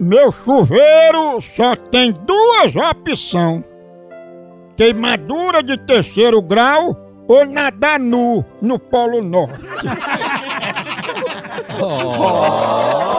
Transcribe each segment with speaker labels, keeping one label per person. Speaker 1: Meu chuveiro só tem duas opções: queimadura de terceiro grau ou nadar nu no Polo Norte. Ou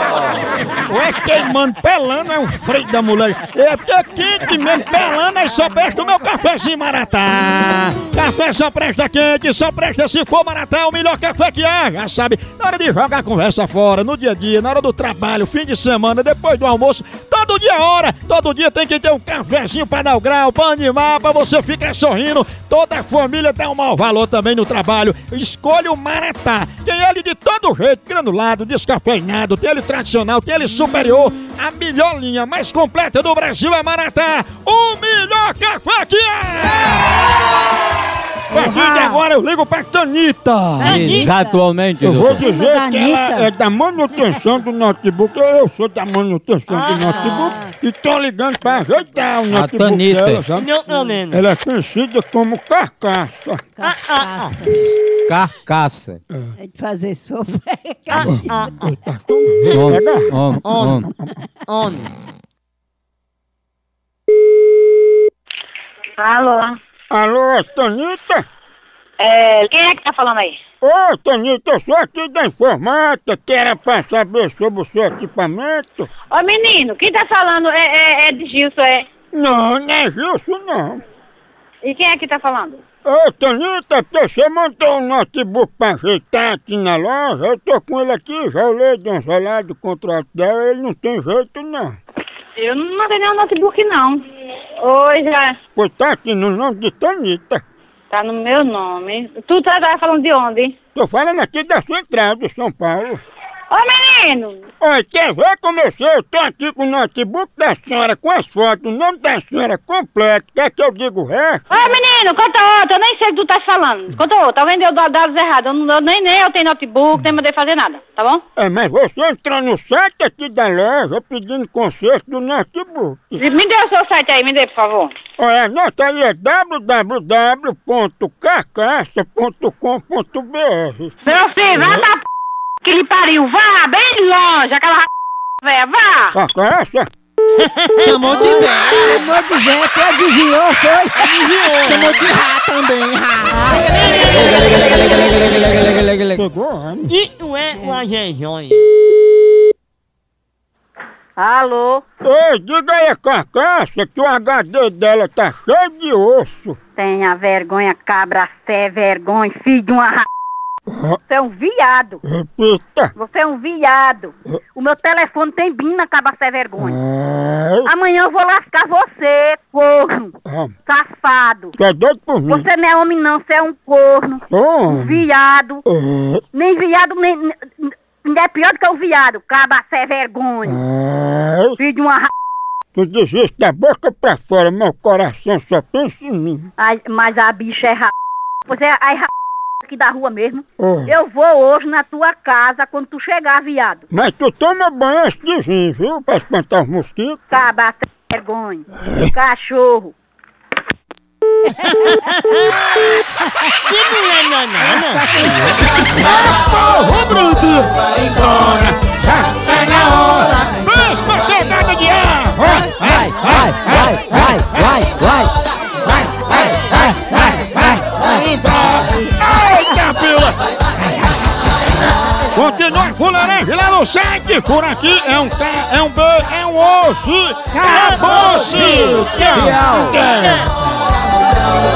Speaker 1: é queimando, pelando, é um freio da mulher. É porque é quente mesmo, pelando, aí só presta o meu cafezinho maratá. Café só presta quente, só presta se for maratá, é o melhor café que há, já sabe. Na hora de jogar a conversa fora, no dia a dia, na hora do trabalho, fim de semana, depois do almoço, todo dia é hora, todo dia tem que ter um cafezinho pra dar o grau, pra animar, pra você ficar sorrindo. Toda a família dá um mau valor também no trabalho. Escolha o maratá. Tem ele de todo jeito, granulado, descafeinado, tem ele tradicional, tem ele superior. A melhor linha mais completa do Brasil é Maratá. O melhor café que é! A partir de agora eu ligo pra Tanita.
Speaker 2: Anitta.
Speaker 3: Exatamente,
Speaker 1: Eu vou
Speaker 3: doutor.
Speaker 1: dizer que ela
Speaker 2: Tanita.
Speaker 1: é da manutenção do notebook. Eu sou da manutenção do notebook e tô ligando pra ajeitar o notebook
Speaker 3: Tanita.
Speaker 1: dela, sabe?
Speaker 4: Não, não, não. não.
Speaker 1: Ela é conhecida como carcaça.
Speaker 2: Cachaça.
Speaker 3: Carcaça.
Speaker 2: É de fazer sopa.
Speaker 3: Homem, homem, homem.
Speaker 4: Homem.
Speaker 5: Alô?
Speaker 1: Alô, é Tanita?
Speaker 5: É, quem é que tá falando aí?
Speaker 1: Ô, Tanita, eu sou aqui da informática. Que era pra saber sobre o seu equipamento.
Speaker 5: Ô menino, quem tá falando é, é, é de Gilson, é.
Speaker 1: Não, não é isso não.
Speaker 5: E quem é que tá falando?
Speaker 1: Ô, Tonita, porque você mandou um notebook pra ajeitar aqui na loja, eu tô com ele aqui, já olhei de um salário do contrato dela, ele não tem jeito não.
Speaker 5: Eu não mandei nenhum notebook, não. Oi, já.
Speaker 1: Pois tá aqui no nome de Tonita.
Speaker 5: Tá no meu nome. Tu tá, tá falando de onde?
Speaker 1: Tô falando aqui da Central de São Paulo.
Speaker 5: Ô menino!
Speaker 1: Oi, quer ver como eu sei? Eu tô aqui com o notebook da senhora, com as fotos, o nome da senhora completo, quer que eu diga o resto?
Speaker 5: Ô menino, conta outra, eu nem sei o que tu tá falando. Conta outra, alguém deu da- dados errados. Eu, não, eu nem, nem eu tenho notebook, nem mandei fazer nada, tá bom?
Speaker 1: É, mas você entrou no site aqui da loja pedindo conserto do notebook.
Speaker 5: Me dê o seu site aí, me dê, por favor.
Speaker 1: Olha, anota aí, é www.carcaça.com.br.
Speaker 5: Meu filho, vá pra p... que lhe pariu, vá bem longe, aquela r... véia, vá!
Speaker 1: Carcaça?
Speaker 6: Chamou de velho,
Speaker 2: Chamou de velho, que adivinhou, foi?
Speaker 6: chamou de rá também, rá.
Speaker 1: Pegou, homem.
Speaker 4: Isso é uma jejone.
Speaker 5: Alô?
Speaker 1: Ei, diga aí, Carcaça, que o HD dela tá cheio de osso.
Speaker 5: Tenha vergonha, cabra, fé, vergonha, filho de uma ra... Você é um viado.
Speaker 1: Repita.
Speaker 5: Você é um viado. O meu telefone tem bina, cabra, fé, é vergonha.
Speaker 1: Ai,
Speaker 5: Amanhã eu vou lascar você, corno,
Speaker 1: homem,
Speaker 5: safado.
Speaker 1: tá doido por mim?
Speaker 5: Você não é homem não, você é um corno,
Speaker 1: Homem.
Speaker 5: viado.
Speaker 1: É,
Speaker 5: Nem viado, nem... nem- Ainda é pior do que o viado, cabra, fé, vergonha,
Speaker 1: ai,
Speaker 5: filho de uma ra...
Speaker 1: tu diz isso da boca pra fora, meu coração só pensa em mim.
Speaker 5: Ai, mas a bicha é ra... Você é a ra... aqui da rua mesmo.
Speaker 1: Oh.
Speaker 5: Eu vou hoje na tua casa quando tu chegar, viado.
Speaker 1: Mas tu toma banho antes de vir, viu? Pra espantar os mosquitos.
Speaker 5: Caba, vergonha. Cachorro.
Speaker 4: Que mulher nanana.
Speaker 6: Ô, bruto!
Speaker 1: Tá na hora! Mesma chegada de ar!
Speaker 3: Vai, vai, vai, vai, vai, vai. Vai, vai, vai, vai, vai.
Speaker 1: Eita, pila! Continua com laranja lá no site. Por aqui é um K, é um É B, é um osso. Acabou-se! Tchau, tchau.
Speaker 6: Só